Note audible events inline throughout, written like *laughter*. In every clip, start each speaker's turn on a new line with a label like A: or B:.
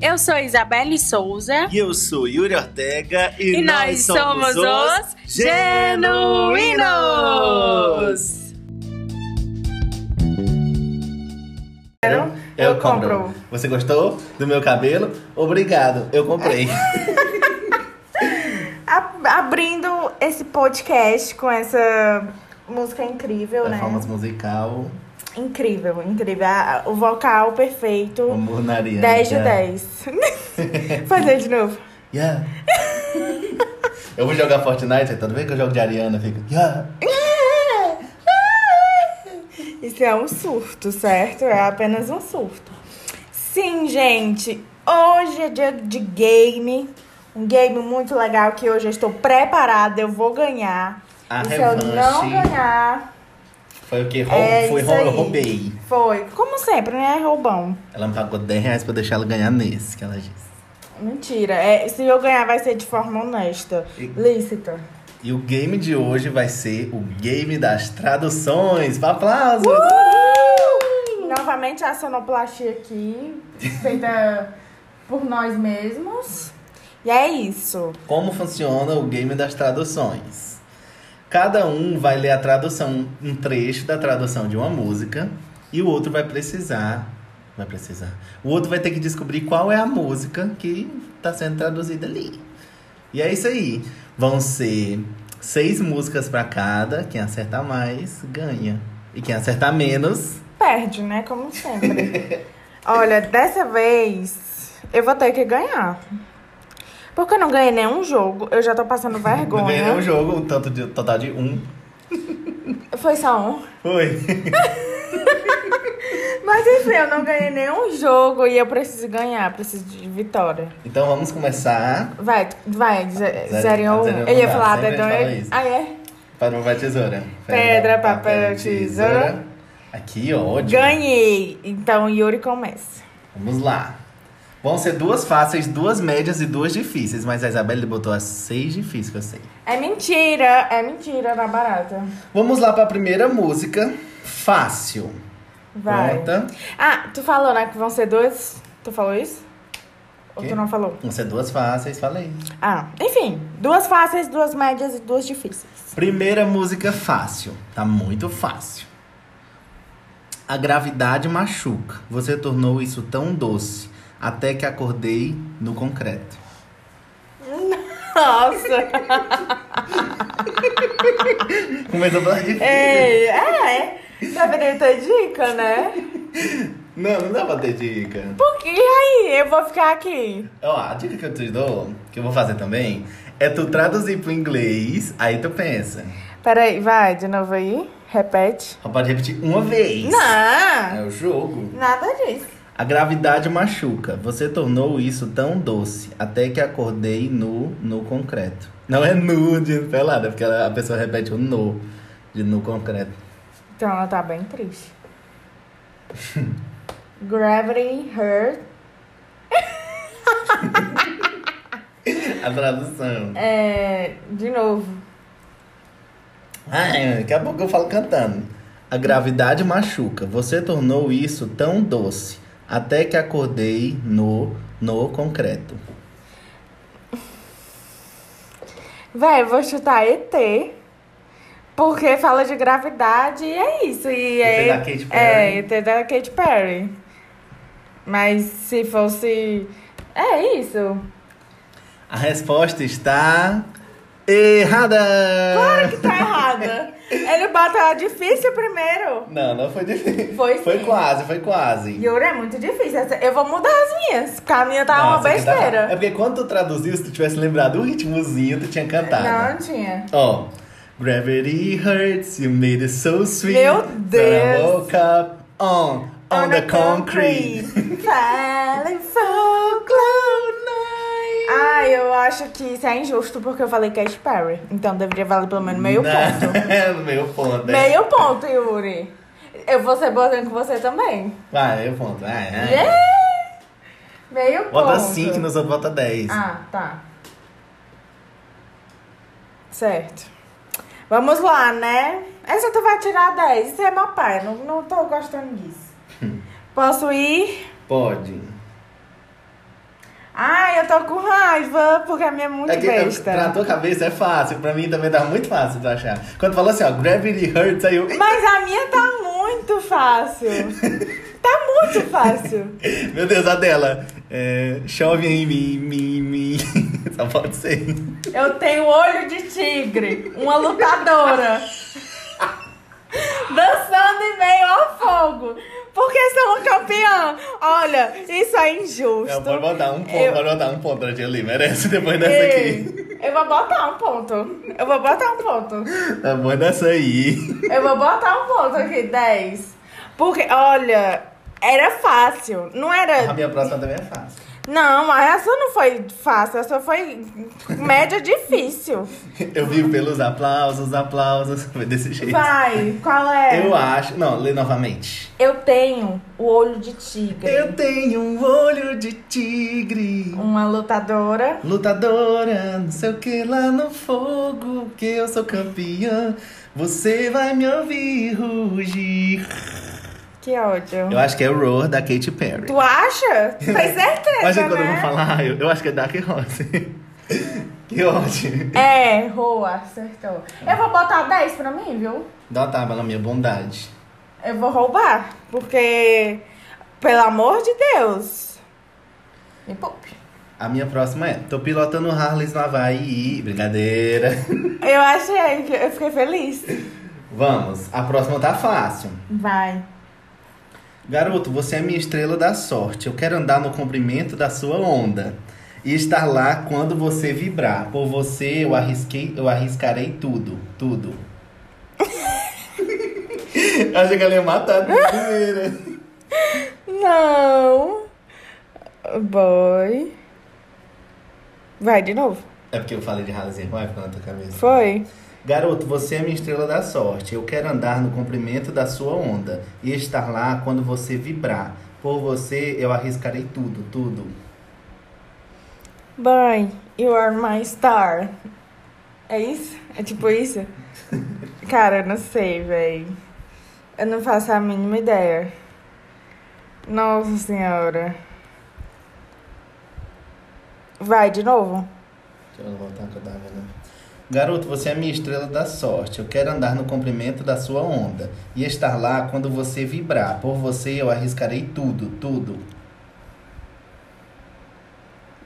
A: Eu sou Isabelle Souza.
B: E eu sou Yuri Ortega
A: E, nós, somos os Genuínos!
B: Eu,
C: Eu
B: compro.
C: compro.
B: Você gostou do meu cabelo? Obrigado, eu comprei.
C: É, A- abrindo esse podcast com essa música incrível, né?
B: Performance musical,
C: Incrível, incrível. A- a- o vocal perfeito.
B: amor na areia.
C: 10 de
B: *laughs*
C: 10. Fazer de novo. *laughs*
B: Yeah. eu vou jogar Fortnite, toda vez que eu jogo de Ariana, fica. Yeah.
C: Isso é um surto, certo? É apenas um surto. Sim, gente, hoje é dia de game. Um game muito legal que hoje eu estou preparada, eu vou ganhar.
B: A
C: e se eu
B: revanche.
C: não ganhar,
B: Foi o que? Rou-
C: É
B: foi
C: isso
B: rou-
C: aí.
B: eu roubei.
C: foi. Como sempre, né? Roubão.
B: Ela me pagou 10 reais pra deixar ela ganhar nesse, que ela disse.
C: Mentira. É, se eu ganhar, vai ser de forma honesta,
B: E-
C: lícita.
B: E o game de hoje vai ser o game das traduções. Aplausos!
C: Uh! Novamente a sonoplastia aqui, feita por nós mesmos. E é isso.
B: Como funciona o game das traduções? Cada um vai ler a tradução, um trecho da tradução de uma música, e o outro vai precisar. Vai precisar. O outro vai ter que descobrir qual é a música que está sendo traduzida ali. E é isso aí. Vão ser seis músicas para cada. Quem acertar mais ganha. E quem acertar menos.
C: Perde, né? Como sempre.
B: *laughs*
C: Olha, dessa vez eu vou ter que ganhar. Porque eu não ganhei nenhum jogo, eu já tô passando
B: não Ganha
C: vergonha.
B: nenhum jogo, um tanto de total de um.
C: Foi só um.
B: Foi.
C: Mas enfim, eu não ganhei nenhum jogo e eu preciso ganhar, preciso de vitória.
B: *laughs* Então vamos começar
C: Vai, vai, ze-
B: Zero-
C: zero em um.
B: zero em um
C: Ele ia
B: dá,
C: falar
B: sempre
C: dedão.
B: a gente
C: e-
B: fala isso.
C: Ah, é?
B: para uma tesoura.
C: Pedra, papel, tesoura.
B: Aqui, ó, ótimo.
C: Ganhei. Então, Yuri começa.
B: Vamos lá. Vão ser duas fáceis, duas médias e duas difíceis, mas a Isabelle botou as seis difíceis que eu sei.
C: É mentira, é mentira na barata.
B: Vamos lá para a primeira música. Fácil.
C: Vai.
B: Pronta.
C: Ah, tu falou, né, que vão ser dois? Tu falou isso? Ou
B: Quê?
C: tu não falou?
B: Vão ser duas fáceis, falei.
C: Ah, enfim. Duas fáceis, duas médias e duas difíceis.
B: Primeira música fácil. Tá muito fácil. A gravidade machuca. Você tornou isso tão doce. Até que acordei no concreto.
C: *laughs* Nossa.
B: Começou pela difícil.
C: Ei, é. Deveria ter dica, né?
B: Não, não dá pra ter dica.
C: Porque aí eu vou ficar aqui.
B: Ó, a dica que eu te dou, que eu vou fazer também, é tu traduzir pro inglês, aí tu pensa.
C: Peraí, vai, de novo aí. Repete.
B: Só pode repetir uma vez.
C: Não.
B: É o jogo.
C: Nada disso.
B: A gravidade machuca. Você tornou isso tão doce, até que acordei nu no concreto. Não é nu de pelada, porque ela- a pessoa repete o no de no concreto.
C: Então ela tá bem triste. Gravity Hurt.
B: A tradução.
C: É. De novo.
B: Ai, daqui a pouco eu falo cantando. A gravidade machuca. Você tornou isso tão doce, até que acordei no no concreto.
C: Véi, eu vou chutar ET. Porque fala de gravidade e é isso. E
B: ET
C: é,
B: da Katy Perry.
C: É, ET da Katy Perry. Mas se fosse. É isso.
B: A resposta está errada.
C: Claro que
B: *laughs*
C: tá errada. Ele bota a difícil primeiro.
B: Não, não foi difícil.
C: *laughs* Foi sim.
B: quase, foi quase.
C: Yuri, é muito difícil. essa- Eu vou mudar as minhas. Porque a minha tá uma
B: Nossa, que dá- É
C: besteira.
B: porque quando tu traduziu, se tu tivesse lembrado o ritmozinho, tu tinha cantado.
C: Não, não tinha.
B: Ó. Gravity hurts, you made it so sweet.
C: Meu
B: But I
C: Deus.
B: woke up on, on, the, concrete.
C: Falling for cloud nine. Ah, eu acho que isso é injusto porque eu falei Katy Perry. Então deveria valer pelo menos meio
B: Né? *laughs*
C: ponto.
B: ponto. meio ponto. né?
C: Meio ponto, Yuri. Eu vou ser boazinha com você também.
B: Vai, meio ponto. Ah, ah.
C: Yeah! Meio ponto.
B: Bota 5 nos outros bota 10.
C: Ah, tá. Certo. Vamos lá, né? Essa tu vai tirar 10. Isso é meu pai. Não, não
B: *laughs*
C: tô gostando disso. Posso ir?
B: Pode.
C: Ai, eu tô com raiva porque a minha é muito
B: É que, é,
C: besta.
B: pra tua cabeça é fácil, pra mim também dá muito fácil de achar. Quando falou assim, ó, Gravity Hurts, aí eu. *laughs*
C: Mas a minha tá muito fácil. tá muito fácil.
B: Meu Deus, a dela. É, chove em mim, mim, mim. *laughs* Só pode ser.
C: Eu tenho olho de tigre, uma lutadora. Dançando em meio ao fogo. Porque sou uma campeã. Olha, isso é injusto.
B: Não, pode botar um ponto,
C: Eu-
B: pode botar um ponto pra Jelly, merece depois dessa aqui.
C: Ei, eu vou botar um ponto. Eu vou botar um ponto.
B: Tá bom dessa aí.
C: Eu vou botar um ponto aqui, 10. Porque, olha, era fácil. Não
B: A
C: era.
B: minha próxima também é fácil.
C: Não, a sua não foi fácil, a sua foi média
B: *laughs*
C: difícil.
B: Eu vivo pelos aplausos, aplausos. *laughs* Foi desse jeito.
C: Vai, qual é?
B: Eu acho. Não, lê novamente.
C: Eu tenho o olho de tigre.
B: Eu tenho um olho de tigre.
C: Uma lutadora.
B: Lutadora, não sei o que lá no fogo, que eu sou campeã. Você vai me ouvir rugir.
C: Que ódio.
B: Eu acho que é o Roar da Katy Perry.
C: Tu acha? Tem certeza,
B: Mas é quando eu
C: né?
B: vou falar, eu, eu acho que é Dark Horse. *laughs* que ódio.
C: É, Roa, acertou. Eu vou botar 10 pra mim, viu?
B: Dá uma tábua na minha bondade.
C: Eu vou roubar, porque, pelo amor de Deus, me poupe.
B: A minha próxima é: tô pilotando Harleys no Havaí. Brincadeira. *laughs*
C: Eu achei, que- eu fiquei feliz.
B: Vamos, a próxima tá fácil.
C: Vai.
B: Garoto, você é minha estrela da sorte. Eu quero andar no comprimento da sua onda e estar lá quando você vibrar. Por você eu arrisquei, eu arriscarei tudo, tudo. *laughs* Eu Achei que ela ia matar de primeira.
C: Não. Boy. Vai de novo.
B: É porque eu falei de rasinha, vai ficar na tua cabeça.
C: Foi.
B: Garoto, você é minha estrela da sorte. Eu quero andar no comprimento da sua onda e estar lá quando você vibrar. Por você eu arriscarei tudo, tudo.
C: Boy, you are my star. É isso? É tipo isso? Cara, eu não sei, véi. Eu não faço a mínima ideia. Nossa senhora. Vai de novo?
B: Deixa eu voltar que eu tava vendo. Garoto, você é minha estrela da sorte. Eu quero andar no comprimento da sua onda e estar lá quando você vibrar. Por você eu arriscarei tudo, tudo.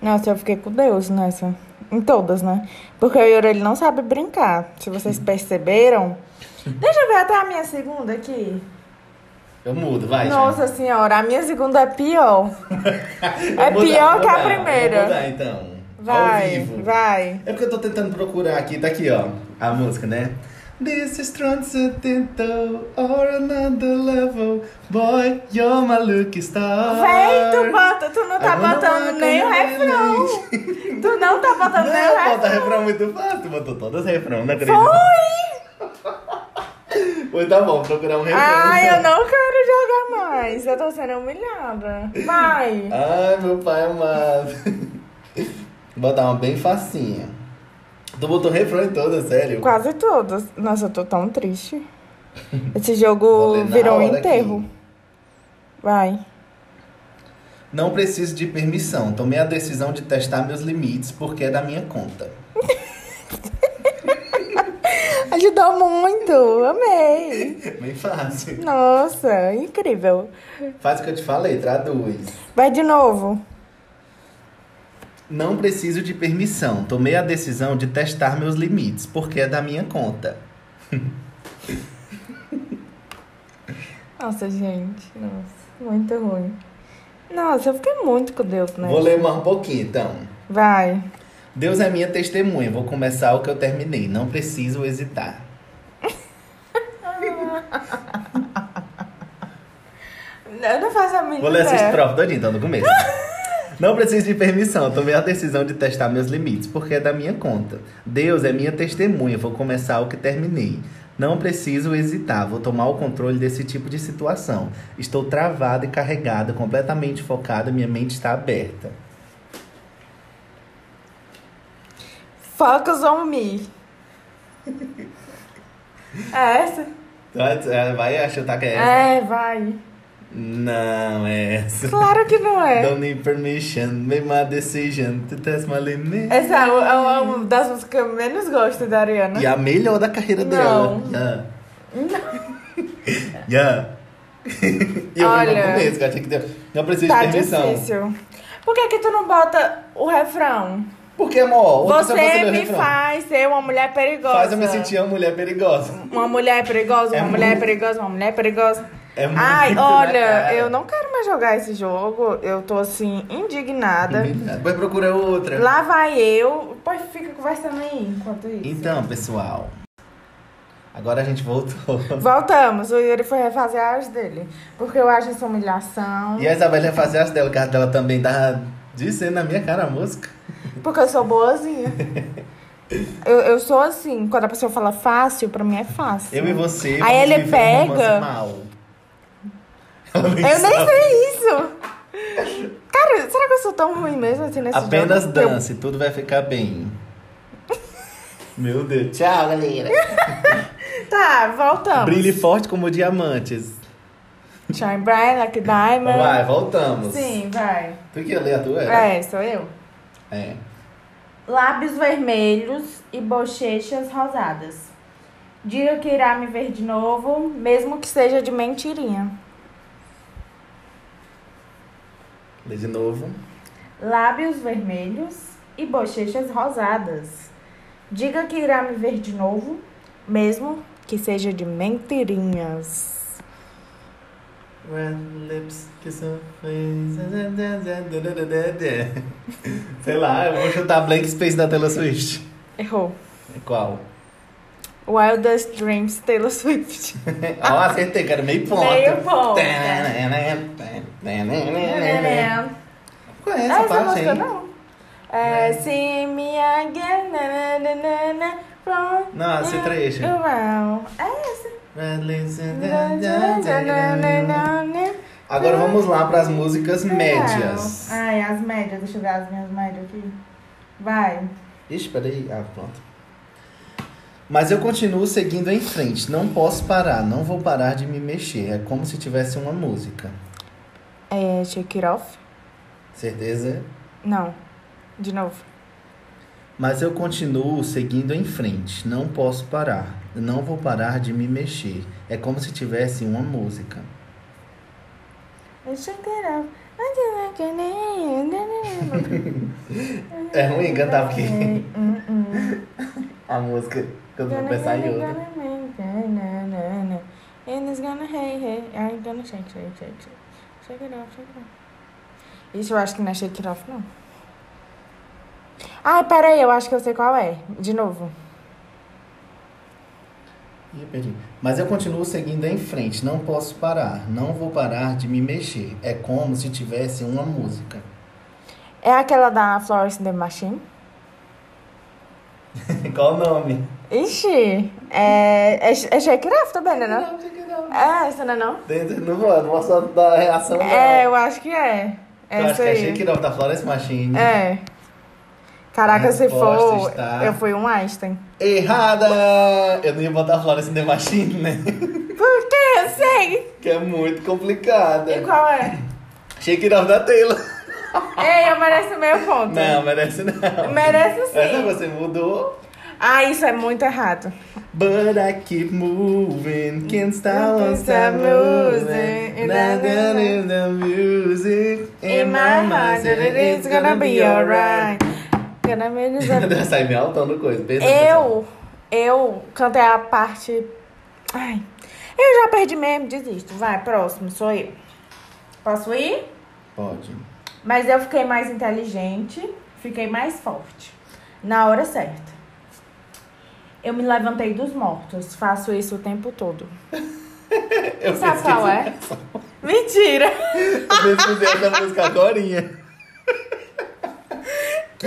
C: Nossa, eu fiquei com Deus nessa. Em todas, né? Porque o Yoro, ele não sabe brincar. Se vocês perceberam. Deixa eu ver até a minha segunda aqui.
B: Eu mudo, vai.
C: Nossa senhora, a minha segunda é pior.
B: gente.
C: é
B: Eu vou mudar,
C: pior
B: vou
C: que a
B: mudar,
C: primeira.
B: Vou mudar então. Ao
C: Vai,
B: vivo.
C: vai.
B: É porque eu tô tentando procurar aqui, tá aqui, ó, a música, né? This is transcendental or another level. Boy, you're my lucky star.
C: Véi, tu, bota, tu não tá
B: Agora
C: botando
B: vai,
C: nem o
B: agora vai,
C: refrão. Tu não tá botando nem
B: né? *laughs*
C: o
B: Não,
C: refrão.
B: bota refrão muito fácil. Tu botou todas as refrão, não acredito.
C: Foi!
B: Pois tá bom, procurar um refrão.
C: Ai, eu
B: então.
C: não quero jogar mais. Eu tô sendo humilhada. Vai.
B: Ai, meu pai amado. *laughs* Vou dar uma bem facinha. Tu botou refrão em toda, sério?
C: Quase todas. Nossa, eu tô tão triste.
B: *laughs*
C: Esse
B: Vou
C: jogo
B: ler na
C: virou um
B: hora aqui.
C: enterro. Vai.
B: Não preciso de permissão. Tomei a decisão de testar meus limites porque é da minha conta. *laughs*
C: Ajudou muito. Amei.
B: Bem fácil.
C: Nossa, incrível.
B: Faz o que eu te falei, traduz.
C: Vai de novo.
B: Não preciso de permissão. Tomei a decisão de testar meus limites porque é da minha conta.
C: Nossa, gente. Nossa, muito ruim. Nossa, eu fiquei muito com Deus, né?
B: Vou ler mais um pouquinho então.
C: Vai.
B: Deus é minha testemunha. Vou começar o que eu terminei. Não preciso hesitar.
C: Eu não faço a mínima
B: Vou ler essa
C: ideia.
B: estrofe todinha, então, do começo. Não preciso de permissão, eu tomei a decisão de testar meus limites, porque é da minha conta. Deus é minha testemunha, vou começar o que terminei. Não preciso hesitar, vou tomar o controle desse tipo de situação. Estou travada e carregada, completamente focada, minha mente está aberta.
C: Focus on me. É essa?
B: Vai, vai achar que é essa.
C: É, vai.
B: Não, é essa.
C: Claro que não é.
B: Don't need permission, make my decision to test my limit.
C: Essa é uma, é uma das músicas que eu menos gosto da Ariana.
B: E a melhor da carreira dela.
C: Não.
B: Yeah. yeah. *laughs* eu vi
C: Olha.
B: no começo, que eu achei que deu. Não precisa
C: Tá
B: de permissão.
C: difícil. Por que que tu não bota o refrão?
B: Porque, amor, outra pessoa
C: Você
B: sabe o
C: me
B: refrão.
C: faz ser uma mulher perigosa.
B: é Faz eu me sentir uma mulher perigosa.
C: Uma mulher perigosa,
B: É
C: uma mulher
B: muito-
C: perigosa, uma mulher perigosa.
B: É muito
C: Ai,
B: na
C: olha,
B: cara.
C: eu não quero mais jogar esse jogo. Eu tô assim, indignada.
B: Vai procurar outra.
C: Lá vai eu. Pois fica conversando aí enquanto isso.
B: Então, pessoal. Agora a gente voltou.
C: Voltamos, o Yuri foi refazer as dele. Porque eu acho essa humilhação.
B: E é. a Isabela ia fazer as dela, que as dela também tava dizendo na minha cara a música.
C: Porque eu
B: *laughs*
C: sou boazinha. eu, eu sou assim, quando a pessoa fala fácil, pra mim é fácil.
B: Eu e você.
C: Aí
B: vamos
C: ele
B: viver um romance
C: pega.
B: Mal.
C: Eu nem sei isso. Cara, será que eu sou tão ruim mesmo assim nesse
B: Apenas
C: jogo?
B: dance, tudo vai ficar bem. *laughs* Meu Deus. Tchau, galera.
C: Eu- Tá, voltamos.
B: Brilhe forte como diamantes.
C: Shine bright like a diamond.
B: Vai, voltamos.
C: Né? Sim, vai.
B: Tu que ia ler a tua?
C: É, sou eu.
B: É.
C: Lábios vermelhos e bochechas rosadas. Diga que irá me ver de novo, mesmo que seja de mentirinha.
B: Lê de novo.
C: Lábios vermelhos e bochechas rosadas. Diga que irá me ver de novo, mesmo que seja de mentirinhas.
B: Red lips kiss her face. *laughs* Sei lá, eu vou chutar Blank Space da Taylor Swift.
C: Errou.
B: É Qual?
C: Wildest Dreams, Taylor Swift. *laughs*
B: Ó, acertei, cara, meio ponto.
C: Ah. Meio ponto. É,
B: Conhece
C: Ah,
B: essa parte,
C: música
B: hein?
C: não. É, see me again, na, na, na, na, na, from
B: Não, esse
C: Ah.
B: trecho.
C: around. É essa.
B: Red lips-
C: Na, na, na, na, na, na, na.
B: Agora vamos lá pras músicas médias.
C: Ai, as médias. Deixa eu ver as minhas médias aqui. Vai.
B: Ixi, peraí. Ah, pronto. Mas eu continuo seguindo em frente. Não posso parar, não vou parar de me mexer. É como se tivesse uma música.
C: É, shake it off.
B: Certeza?
C: Não. De novo.
B: Mas eu continuo seguindo em frente. Não posso parar. Não vou parar de me mexer. É como se tivesse uma música.
C: É shake it off. I do like your name, na, na, na, na.
B: É ruim cantar porque-
C: *laughs* Hum, hum.
B: A música. que Eu vou pensar em outra.
C: And it's gonna hey hey, Ah, então I'm gonna shake shake shake shake, shake it off, shake it off. Isso eu acho que não é shake it off não. Ai, peraí, eu acho que eu sei qual é. De novo.
B: Ih, perdi. Mas eu continuo seguindo em frente. Não posso parar. Não vou parar de me mexer. É como se tivesse uma música.
C: É aquela da Florence and the Machine?
B: *laughs* Qual o nome?
C: Ixi, é, é, é shake it off também, né não? É, essa não é não?
B: Dentro- Não vou, não posso dar a reação. não.
C: É, eu acho que é. É
B: eu acho
C: essa
B: que é
C: aí.
B: Shake It Off, da Florence Machine.
C: É.
B: A
C: Caraca, se
B: resposta
C: for,
B: está-
C: eu fui um Einstein.
B: Errada! Eu não ia botar Florence and the Machine, né? *laughs*
C: Por que? Eu sei.
B: Que é muito complicada.
C: E qual Tá. é?
B: Shake It Off da Taylor.
C: Ei, eu mereço meio ponto.
B: Não, merece não.
C: Merece sim.
B: Essa você mudou.
C: Ah, isso é muito errado.
B: But I keep moving, can't stop,
C: Can't
B: won't stop
C: stop moving.
B: moving. Not gonna leave the music in my mind, and é, it's gonna be alright.
C: Gonna be
B: *laughs*
C: alright.
B: Sai me altando coisa, pensa. pessoal.
C: Eu, eu cantei a parte. Ai, eu já perdi mesmo, desisto. Vai, próximo, sou eu. Posso ir?
B: Pode.
C: Mas eu fiquei mais inteligente, fiquei mais forte. Na hora certa. Eu me levantei dos mortos, faço isso o tempo todo.
B: Eu
C: *laughs* Sabe qual é?
B: pesquisei-
C: Mentira!
B: Eu pesquisei essa música agorinha.
C: *laughs* Que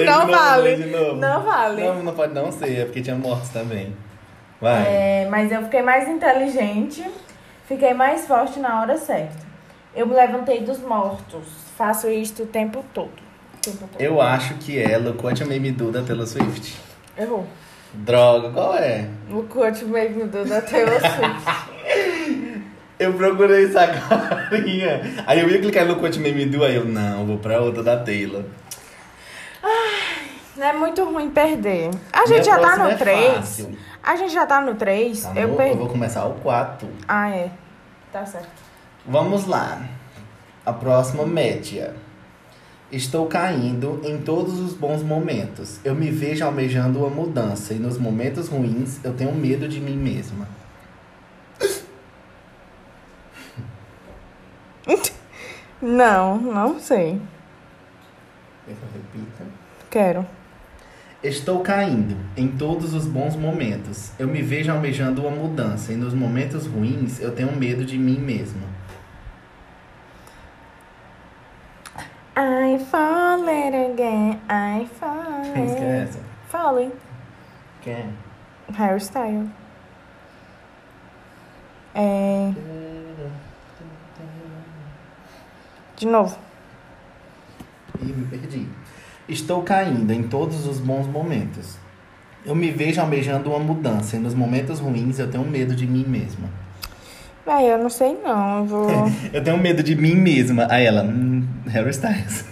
B: Lê de
C: não
B: novo,
C: vale.
B: lê né, de novo.
C: Não vale.
B: Não, não pode não ser, é porque tinha mortos também. Vai.
C: É, mas eu fiquei mais inteligente, fiquei mais forte na hora certa. Eu me levantei dos mortos. Faço isto o tempo todo. O tempo todo.
B: Eu acho que é Locote Meme Duda pela Swift.
C: Errou.
B: Droga, qual é?
C: assim.
B: *laughs*
C: O coach mesmo do da Taylor Swift.
B: Eu procurei essa *laughs* carinha. Aí eu ia clicar no Quote Meme Do, aí eu, não, vou pra outra da Taylor.
C: É muito ruim perder. A gente já tá
B: próxima
C: no
B: é
C: 3.
B: fácil.
C: a gente já tá no 3.
B: Tá,
C: eu
B: eu, eu
C: perdi.
B: vou começar o 4.
C: Ah, é. Tá certo.
B: Vamos lá. A próxima média. Estou caindo em todos os bons momentos. Eu me vejo almejando uma mudança e nos momentos ruins eu tenho medo de mim mesma.
C: Não, não sei.
B: Eu repito.
C: Quero.
B: Estou caindo em todos os bons momentos. Eu me vejo almejando uma mudança e nos momentos ruins eu tenho medo de mim mesma.
C: I fall it again. I fall.
B: Que música é essa?
C: Falling.
B: Quem é?
C: Harry Styles. É. De novo.
B: Ih, me perdi. Estou caindo em todos os bons momentos. Eu me vejo almejando uma mudança e nos momentos ruins eu tenho medo de mim mesma.
C: Véi, Ah, eu não sei não. Eu vou.
B: Eu tenho medo de mim mesma. Aí ela, hum, Harry Styles.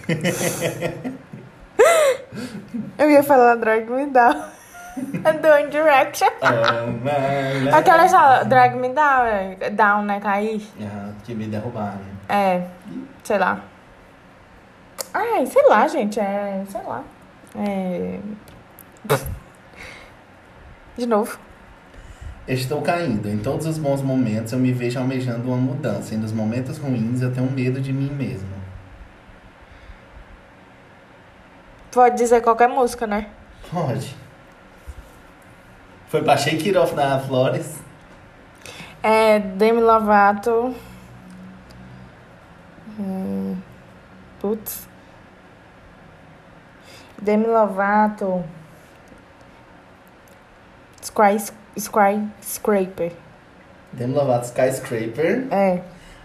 C: eu ia falar Drag Me Down. *laughs* Do One Direction.
B: É.
C: Aquela já, Drag Me Down, é, down, né? Cair.
B: Ah, que me derrubaram.
C: É. Sei lá. Ai, sei lá, gente. É. Sei lá. É. De novo.
B: Estou caindo. Em todos os bons momentos eu me vejo almejando uma mudança. E nos momentos ruins eu tenho medo de mim mesma.
C: Pode dizer qualquer música, né?
B: Pode. Foi pra Shake It Off da Flores.
C: É Demi Lovato. Hum, Putz. Demi Lovato. Sky, Sky Scraper.
B: Demi Lovato Skyscraper.
C: É.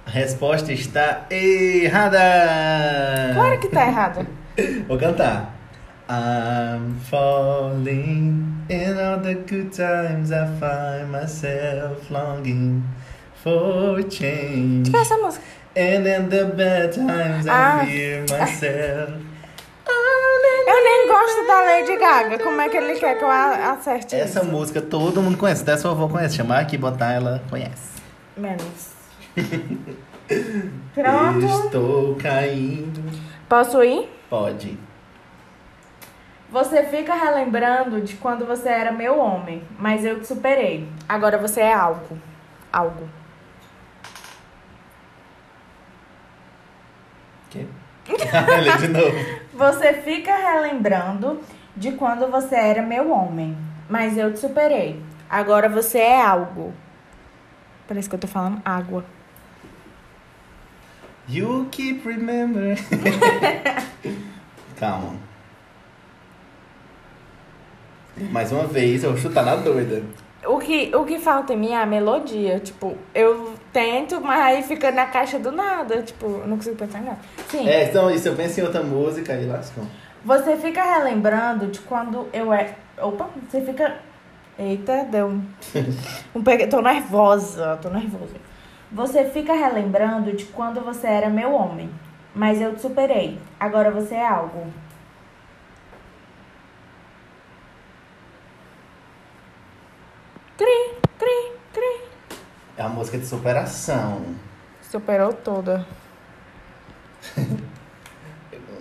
B: A resposta está errada!
C: Claro que tá errado.
B: Vou cantar. I'm falling in all the good times I find myself longing for change.
C: Que é essa música?
B: And in the bad times
C: Ah.
B: I fear myself.
C: Eu nem gosto da Lady Gaga. Como é que ele quer que eu a- acerte
B: Essa
C: isso?
B: música todo mundo conhece, até sua avó conhece. Chamar aqui, botar, ela conhece.
C: Menos. Pronto.
B: Estou caindo.
C: Posso ir?
B: Pode. *laughs*
C: Você fica relembrando de quando você era meu homem, mas eu te superei. Agora você é algo. Algo.
B: Que? Lê de novo.
C: Você fica relembrando de quando você era meu homem, mas eu te superei. Agora você é algo. Parece que eu tô falando água.
B: You keep remembering. *laughs* Calma. Mais uma vez, eu vou chutar na doida.
C: O que, o que falta em mim é a melodia. Tipo, eu tento, mas aí fica na caixa do nada. Tipo, eu não consigo pensar em nada. Sim.
B: É, então, isso eu penso em outra música e lascou.
C: Você fica relembrando de quando eu é. Opa, você fica. Eita, deu *laughs* um. um pegue... Tô nervosa, tô nervosa. Você fica relembrando de quando você era meu homem. Mas eu te superei. Agora você é algo. Tri, tri, tri.
B: É a música de superação.
C: Superou toda.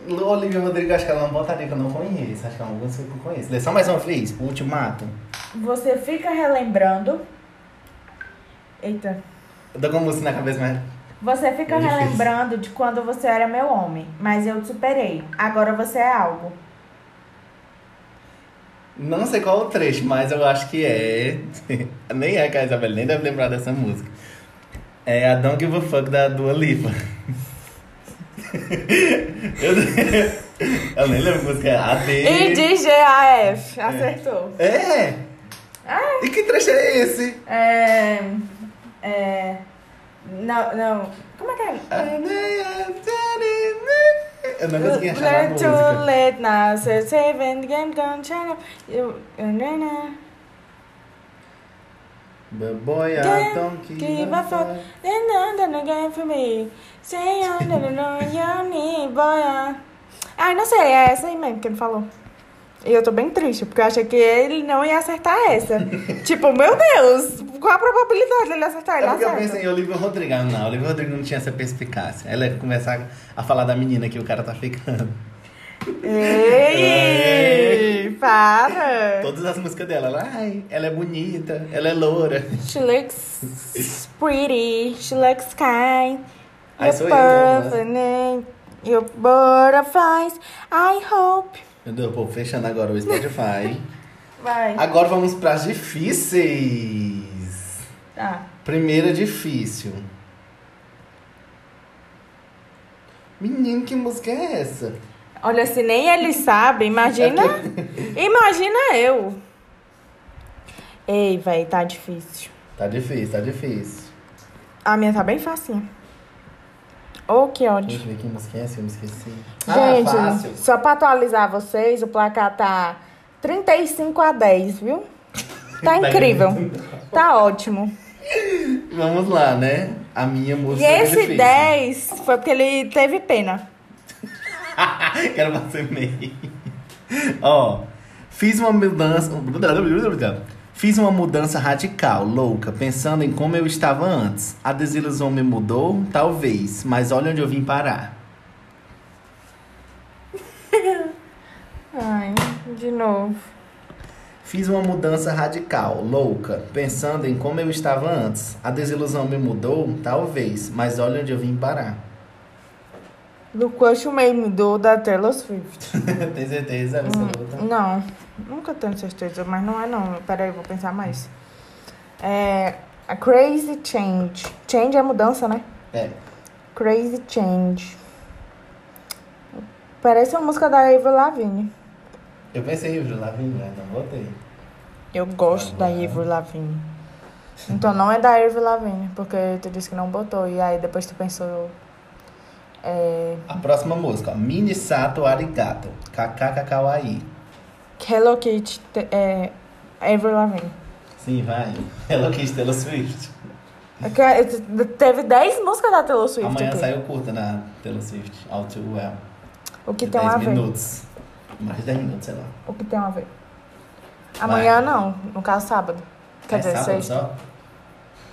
B: Olivia Rodrigo, acho que ela é uma botaria que eu não conheço. Acho que é uma música que eu conheço. Lê só mais uma vez, pro ultimato.
C: Você fica relembrando. Eita.
B: Eu tô com a música na cabeça, mas.
C: Você fica
B: É difícil.
C: relembrando de quando você era meu homem, mas eu te superei. Agora você é algo.
B: Não sei qual é o trecho, mas eu acho que é. *laughs* nem é que a Isabelle nem deve lembrar dessa música. É a Don't Give a Fuck da Dua Lipa. *laughs* eu, eu nem lembro que música é. A D.
C: E de GAF, acertou.
B: É!
C: Ah.
B: E que trecho é esse?
C: É. É. Não, não. Como é que é?
B: Eu não consegui achar a
C: Let to
B: música.
C: let now, so save né, and game gone channel. You- you- you- you-
B: The boy,
C: Damn,
B: I don't give
C: give
B: a
C: a fuck.
B: fuck.
C: And none that I get for me. Say I don't know your name, boy. Ah, não sei, é essa aí mesmo que ele falou. E eu tô bem triste, porque eu achei que ele não ia acertar
B: *laughs*
C: essa. tipo, meu Deus, qual a probabilidade dele acertar? Ele
B: É porque eu
C: acerta.
B: pensei em Olivia Rodrigo. Ah, não, Olivia Rodrigo não tinha essa perspicácia. Ela ia começar a falar da menina que o cara tá ficando. É.
C: Ei, para!
B: Todas as músicas dela. Ela, ai, ela é bonita, ela é loura.
C: She looks pretty, she looks kind.
B: Aí
C: You're
B: sou eu, né?
C: perfect, and your butterflies, I hope.
B: Meu Deus, pô, fechando agora o
C: *laughs*
B: Spotify.
C: Vai.
B: Agora vamos pras difíceis.
C: Tá.
B: Primeira difícil. Menino, que música é essa?
C: Olha, se nem ele sabe, imagina.
B: É
C: imagina eu. Ei, véi, tá difícil.
B: Tá difícil, tá difícil.
C: A minha tá bem facinha. Oh, que ódio.
B: Deixa eu ver que música é essa, eu me esqueci.
C: Gente,
B: ah, fácil.
C: só pra atualizar vocês, o placar tá 35 a 10, viu?
B: *laughs*
C: Tá incrível. tá ótimo.
B: Vamos lá, né? A minha
C: E
B: música é
C: esse
B: difícil.
C: 10 foi porque ele teve pena.
B: *laughs* Quero fazer meio. Ó, fiz uma mudança. Fiz uma mudança radical, louca, pensando em como eu estava antes. A desilusão me mudou, talvez, mas olha onde eu vim parar.
C: Ai, de novo.
B: Fiz uma mudança radical, louca, pensando em como eu estava antes. A desilusão me mudou, talvez, mas olha onde eu vim parar. *laughs*
C: Do Crush May mudou da Taylor Swift.
B: Tem certeza absoluta?
C: Não, nunca tenho certeza, mas não é não. Peraí, vou pensar mais. É. A Crazy Change. Change é mudança, né?
B: É.
C: Crazy Change. Parece uma música da Avril Lavigne.
B: Eu pensei em Avril Lavigne, mas né? não botei.
C: Eu gosto da Avril Lavigne. Então não é da Avril Lavigne, porque tu disse que não botou. E aí depois tu pensou... É...
B: A próxima música, ó. Mini Sato Arigato, KKKKAI.
C: Hello Kitty, te- é... Avril Lavigne.
B: Sim, vai. Hello Kitty Taylor Swift.
C: É que, é, te- Teve 10 músicas da Taylor Swift
B: Amanhã
C: aqui.
B: saiu curta na Taylor Swift. All Too Well.
C: O que
B: de
C: tem a ver?
B: minutos. Mais de 10 minutos, sei lá.
C: O que tem a ver? Amanhã não, no caso sábado. Quer
B: É
C: dizer,
B: sábado
C: sexta.
B: só?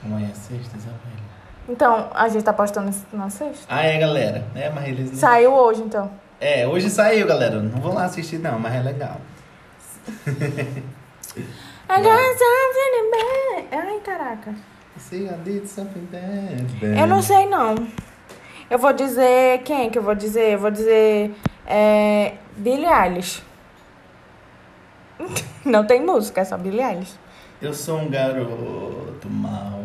B: Amanhã é sexta, Isabela.
C: Então, a gente tá postando isso na sexta.
B: Ah, é, galera. É, mas eles... não-
C: Saiu hoje, então.
B: É, hoje saiu, galera. Não vou lá assistir, não, mas é legal.
C: I got something in my- né, Ai, caraca.
B: See, I did é something bad,
C: Eu não sei, não. Eu vou dizer... Quem que eu vou dizer? Eu vou dizer... É... Billie Eilish. *laughs* Não tem música, é só Billie Eilish.
B: Eu sou um garoto mau.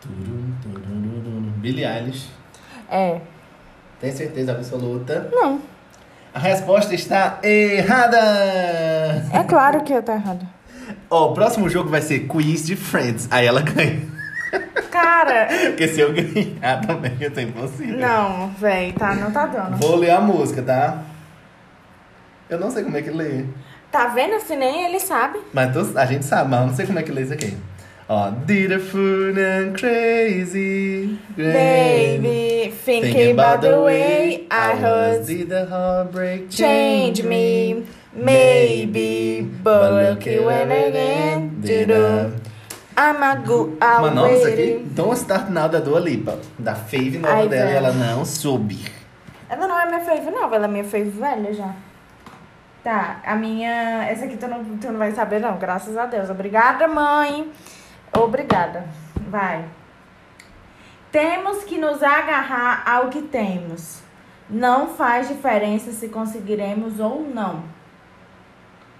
B: Turum, turururum. Billie Eilish.
C: É.
B: Tem certeza absoluta?
C: Não.
B: A resposta está errada!
C: É claro que eu tô errada.
B: Ó, o próximo jogo vai ser Quiz de Friends. Aí ela *laughs* ganha.
C: Cara...
B: Porque se eu ganhar também, eu tô impossível.
C: Não, véi, tá, não tá dando.
B: Vou ler a música, tá? Eu não sei como é que lê.
C: Tá vendo? Se nem ele sabe.
B: Mas tu- a gente sabe, mas eu não sei como é que lê isso aqui. Ó, did a fool and crazy.
C: Baby, thinking
B: Thinking
C: about the way I was.
B: Did the heartbreak
C: Change me, maybe, but look you went again. Doo-doo. I'm a good
B: Mas não, isso aqui. Então, Don't
C: already.
B: Start Now da Dua Lipa. Da fave nova
C: Ai,
B: dela e
C: velho.
B: ela não soube.
C: Ela não é minha fave nova, ela é minha fave velha já. Tá, a minha. Essa aqui tu não, tu não vai saber, não, graças a Deus. Obrigada, mãe. Obrigada. Vai. Temos que nos agarrar ao que temos. Não faz diferença se conseguiremos ou não.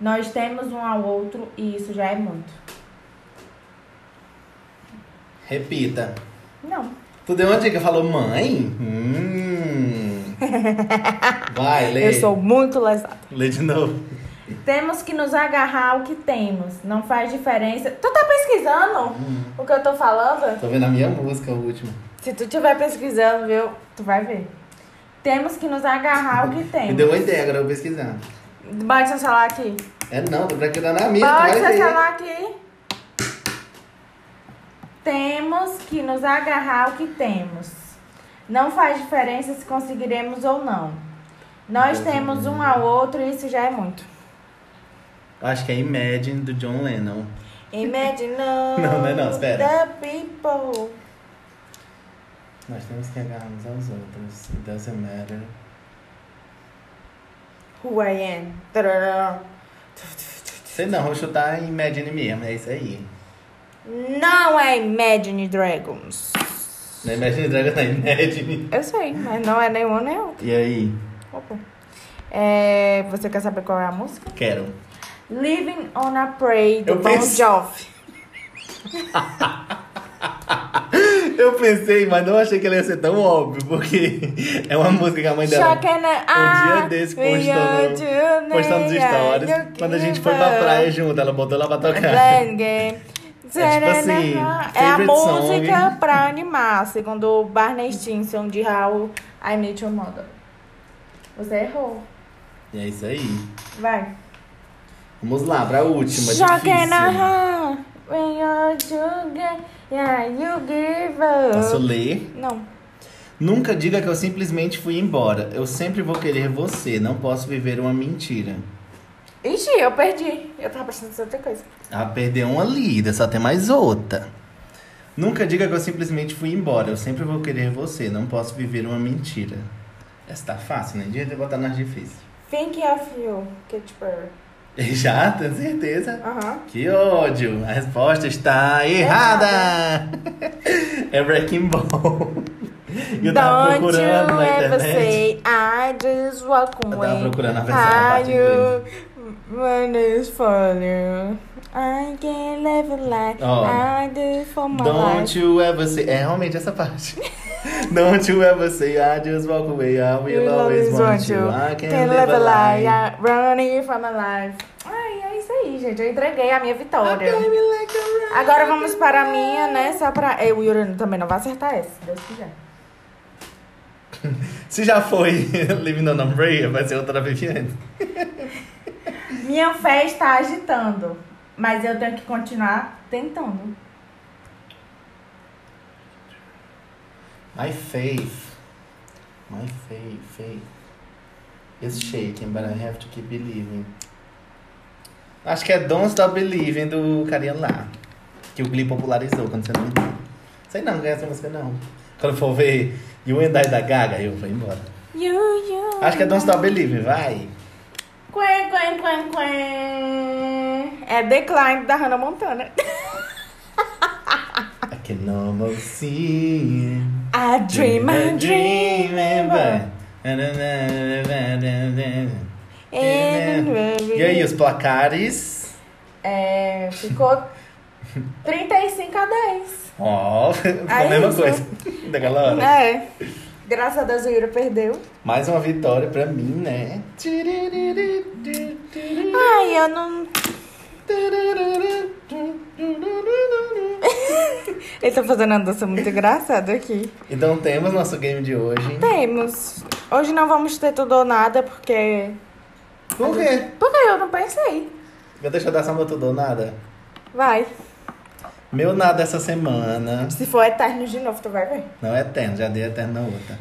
C: Nós temos um ao outro e isso já é muito.
B: Repita.
C: Não.
B: Tu deu uma dica, falou mãe?
C: *laughs*
B: Hum. Vai, lê.
C: Eu sou muito lesada.
B: Lê de novo.
C: Temos que nos agarrar ao que temos. Não faz diferença. Tu tá pesquisando
B: Uhum.
C: o que eu tô falando?
B: Tô vendo a minha música, o último.
C: Se tu tiver pesquisando, viu? Tu vai ver. Temos que nos agarrar ao que
B: *laughs* Me
C: temos.
B: deu uma ideia, agora eu vou pesquisar.
C: Bate seu celular aqui.
B: É não, tô pra quedar na minha. tu
C: Bate
B: vai
C: seu
B: ver.
C: celular aqui. Temos que nos agarrar ao que temos. Não faz diferença se conseguiremos ou não. Nós
B: Deus
C: temos
B: me
C: um
B: livre.
C: ao outro e isso já
B: *laughs*
C: é muito.
B: Acho que é Imagine do John Lennon.
C: Imagine all
B: Não, não é não, espera.
C: the people.
B: Nós temos que agarrar uns aos outros. It doesn't matter.
C: Who I am. Tarará.
B: Sei não, vou chutar Imagine mesmo, é isso aí.
C: Não é Imagine Dragons.
B: Não é Imagine Dragon, não é Imagine.
C: Eu sei, mas não é nenhum nem outro.
B: E aí?
C: Opa. É, você quer saber qual é a música?
B: Quero.
C: Living on a Prayer do
B: Eu
C: Bon
B: pensei- *laughs*
C: Jovi.
B: Eu pensei, mas não achei que ele ia ser tão óbvio, porque *laughs* é uma músia que a mãe dela.
C: Choquei, né?
B: Um dia desse postou no, postou nos stories. Quando a gente foi pra praia junto, ela botou lá pra tocar.
C: É
B: *laughs* tipo assim,
C: é a
B: favorite
C: música
B: song.
C: pra animar, segundo o Barney Stinson de How I Met Your Mother. Você errou.
B: E é isso aí.
C: Vai.
B: Vamos lá, pra última.
C: Choquei na
B: difícil.
C: heart when you're sugar, yeah, you give up.
B: Posso ler?
C: Não.
B: Nunca diga que eu simplesmente fui embora. Eu sempre vou querer você. Não posso viver uma mentira.
C: Ixi, eu perdi. Eu tava prestando atenção em outra coisa.
B: Ah, perdeu uma lida, só tem mais outra. Nunca diga que eu simplesmente fui embora. Eu sempre vou querer você. Não posso viver uma mentira. Essa tá fácil, né? Devia ter botado nas difíceis.
C: Think of you, Katy Perry.
B: *laughs* Já, tenho certeza.
C: Aham.
B: Que ódio! A resposta está errada! *laughs* é Wrecking Ball. Eu tava
C: Don't
B: procurando
C: you
B: na
C: ever
B: internet.
C: say I just walk away.
B: Eu tava procurando a versão da
C: Are
B: parte
C: you when it's for you? I can live a life
B: Ó.
C: I do for my
B: Don't
C: life.
B: you ever say. É realmente essa parte. *laughs* Don't you ever say I just walk away. I will
C: You
B: always want you. I can, live a lie.
C: I'm running for my life. Ai, é isso aí, gente. Eu entreguei a minha vitória. Agora vamos para a minha, né? Só pra. Eu, Yuri, também não vai acertar essa, se Deus quiser.
B: Se já foi *laughs* Living on a Prayer, vai ser outra Viviane.
C: Minha fé está agitando, mas eu tenho que continuar tentando.
B: My faith. My faith, faith. Is shaking, but I have to keep believing. Acho que é Don't Stop Believing do carinha lá. Que o Glee popularizou quando você não entendeu. Sei não, não ganha essa música não. Quando for ver You and I da Gaga, eu vou embora.
C: You, you.
B: Acho que é Don't Stop Believing, vai.
C: Quen, quen, quen, quen. É Decline da Hannah Montana.
B: I can almost see it.
C: I dream, I dream,
B: Dreamer. E aí, os placares?
C: É, ficou 35 a 10.
B: Ó, *laughs* a
C: Aí,
B: mesma
C: isso. *laughs*
B: coisa daquela hora.
C: É. Graças a Deus o Yuri perdeu.
B: Mais uma vitória pra mim, né?
C: Ai, eu não. Ele tá fazendo uma dança muito engraçada aqui.
B: Então temos nosso game de hoje.
C: Temos. Hoje não vamos ter tudo ou nada, porque.
B: Por quê?
C: Porque eu não pensei.
B: Meu, Deixa eu dar só meu tudo ou nada.
C: Vai.
B: Meu nada essa semana.
C: Se for eterno de novo, tu vai ver.
B: Não é eterno, já dei eterno na outra.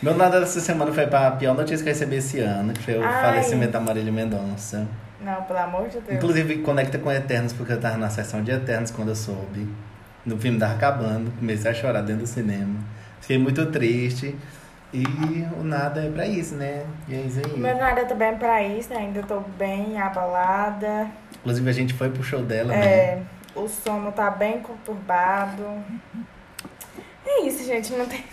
B: Meu nada dessa semana foi pra pior notícia que eu recebi esse ano, que foi o
C: Ai.
B: falecimento da Marília Mendonça.
C: Não, pelo amor de Deus.
B: Inclusive, conecta com Eternos, porque eu tava na sessão de Eternos quando eu soube. No filme tava acabando, comecei a chorar dentro do cinema. Fiquei muito triste. E o nada é pra isso, né? E é isso aí.
C: Meu nada tá bem pra isso, né? ainda tô bem abalada.
B: Inclusive, a gente foi pro show dela, né?
C: É, o sono tá bem conturbado. É isso, gente. Não tem.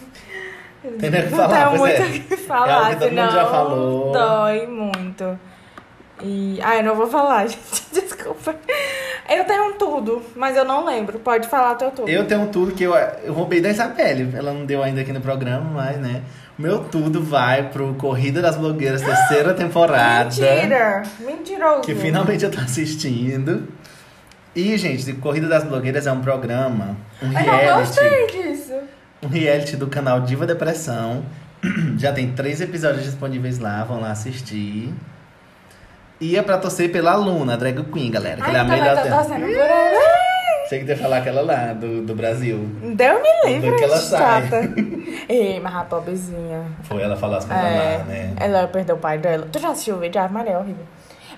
B: Tem nem o que
C: não
B: falar,
C: tem
B: pois
C: muito
B: é.
C: o que
B: É
C: falar,
B: algo que todo
C: senão
B: mundo já falou.
C: dói muito. E. Ah, eu não vou falar, *laughs* gente. Desculpa. Eu tenho um tudo, mas eu não lembro. Pode falar teu tudo.
B: Eu tenho um tudo que eu, eu roubei da Isabelle. Ela não deu ainda aqui no programa, mas, né? O meu tudo vai pro Corrida das Blogueiras, terceira temporada.
C: Ah, Mentira! Mentiroso!
B: que finalmente eu tô assistindo. E, gente, Corrida das Blogueiras é um programa, um
C: Eu não
B: reality,
C: gostei disso.
B: um reality do canal Diva Depressão. *clears throat* Já tem três episódios disponíveis lá, vão lá assistir. E é pra torcer pela Luna, a drag queen, galera. Que
C: Ai,
B: ela é a
C: então eu
B: melhor
C: tô
B: dela.
C: torcendo por ela.
B: Chega de falar aquela lá do, do Brasil.
C: Deu me livre,
B: Onde é que ela sai? *laughs*
C: chata. Ei, mas a pobrezinha.
B: Foi ela falar as coisas lá, né?
C: É, Ela perdeu o pai dela. Tu já assistiu o vídeo? Ave Maria, é horrível.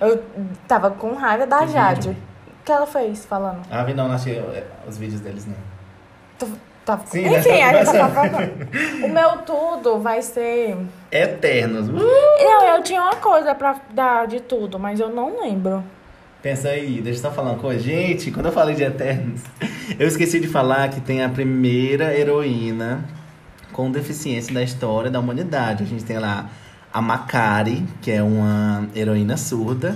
C: Eu tava com raiva da
B: Que
C: Jade.
B: vídeo?
C: O que ela fez falando?
B: Ah, vi não, não achei é, os vídeos deles, não.
C: Tu, tava...
B: Sim, né?
C: Tá Enfim, a gente
B: *laughs*
C: tava falando. O meu tudo vai ser.
B: Eternos. Uh!
C: Não, eu tinha uma coisa pra dar de tudo, mas eu não lembro.
B: Pensa aí, deixa eu só falar uma coisa. Gente, quando eu falei de Eternos, *laughs* eu esqueci de falar que tem a primeira heroína com deficiência da história da humanidade. A gente tem lá a Macari, que é uma heroína surda.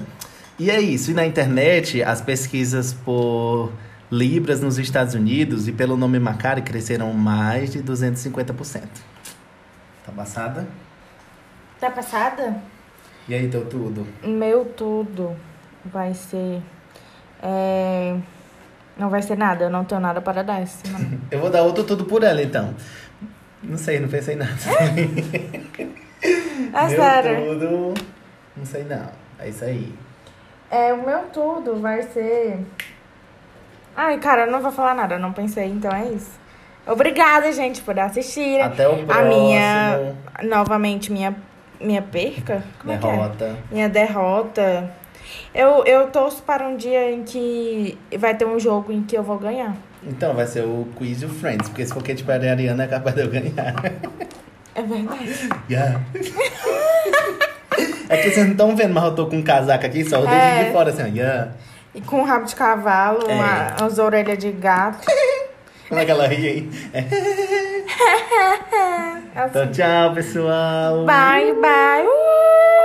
B: E é isso. E na internet, as pesquisas por libras nos Estados Unidos e pelo nome Macari cresceram mais de 250%. Tá passada?
C: Tá passada?
B: E aí, teu tudo? *laughs*
C: Meu tudo vai ser. é, Não vai ser nada, eu não tenho nada para dar essa semana.
B: Eu vou dar outro tudo por ela, então. Não sei, não pensei em nada.
C: É
B: Meu
C: sério.
B: tudo. Não sei não. É isso aí.
C: É, o meu tudo vai ser. Ai, cara, eu não vou falar nada, eu não pensei, então é isso. Obrigada, gente, por assistir.
B: Até o
C: A
B: próximo.
C: minha. Novamente, minha, minha perca? Como é que é?
B: Ah. derrota.
C: Minha derrota. Eu, eu torço para um dia em que vai ter um jogo em que eu vou ganhar.
B: Então, vai ser o quiz do Friends, porque se for Katy Perry e Ariana, é capaz de eu ganhar.
C: *laughs* É verdade.
B: Yeah. é que vocês não estão vendo, mas eu tô com um casaco aqui só, eu
C: É.
B: deixo de fora assim, ó. Yeah.
C: E com o rabo de cavalo,
B: É.
C: a- as orelhas de gato.
B: Como é que ela ri
C: *laughs*
B: aí?
C: Assim.
B: Então, tchau, pessoal.
C: Bye, bye. Uh!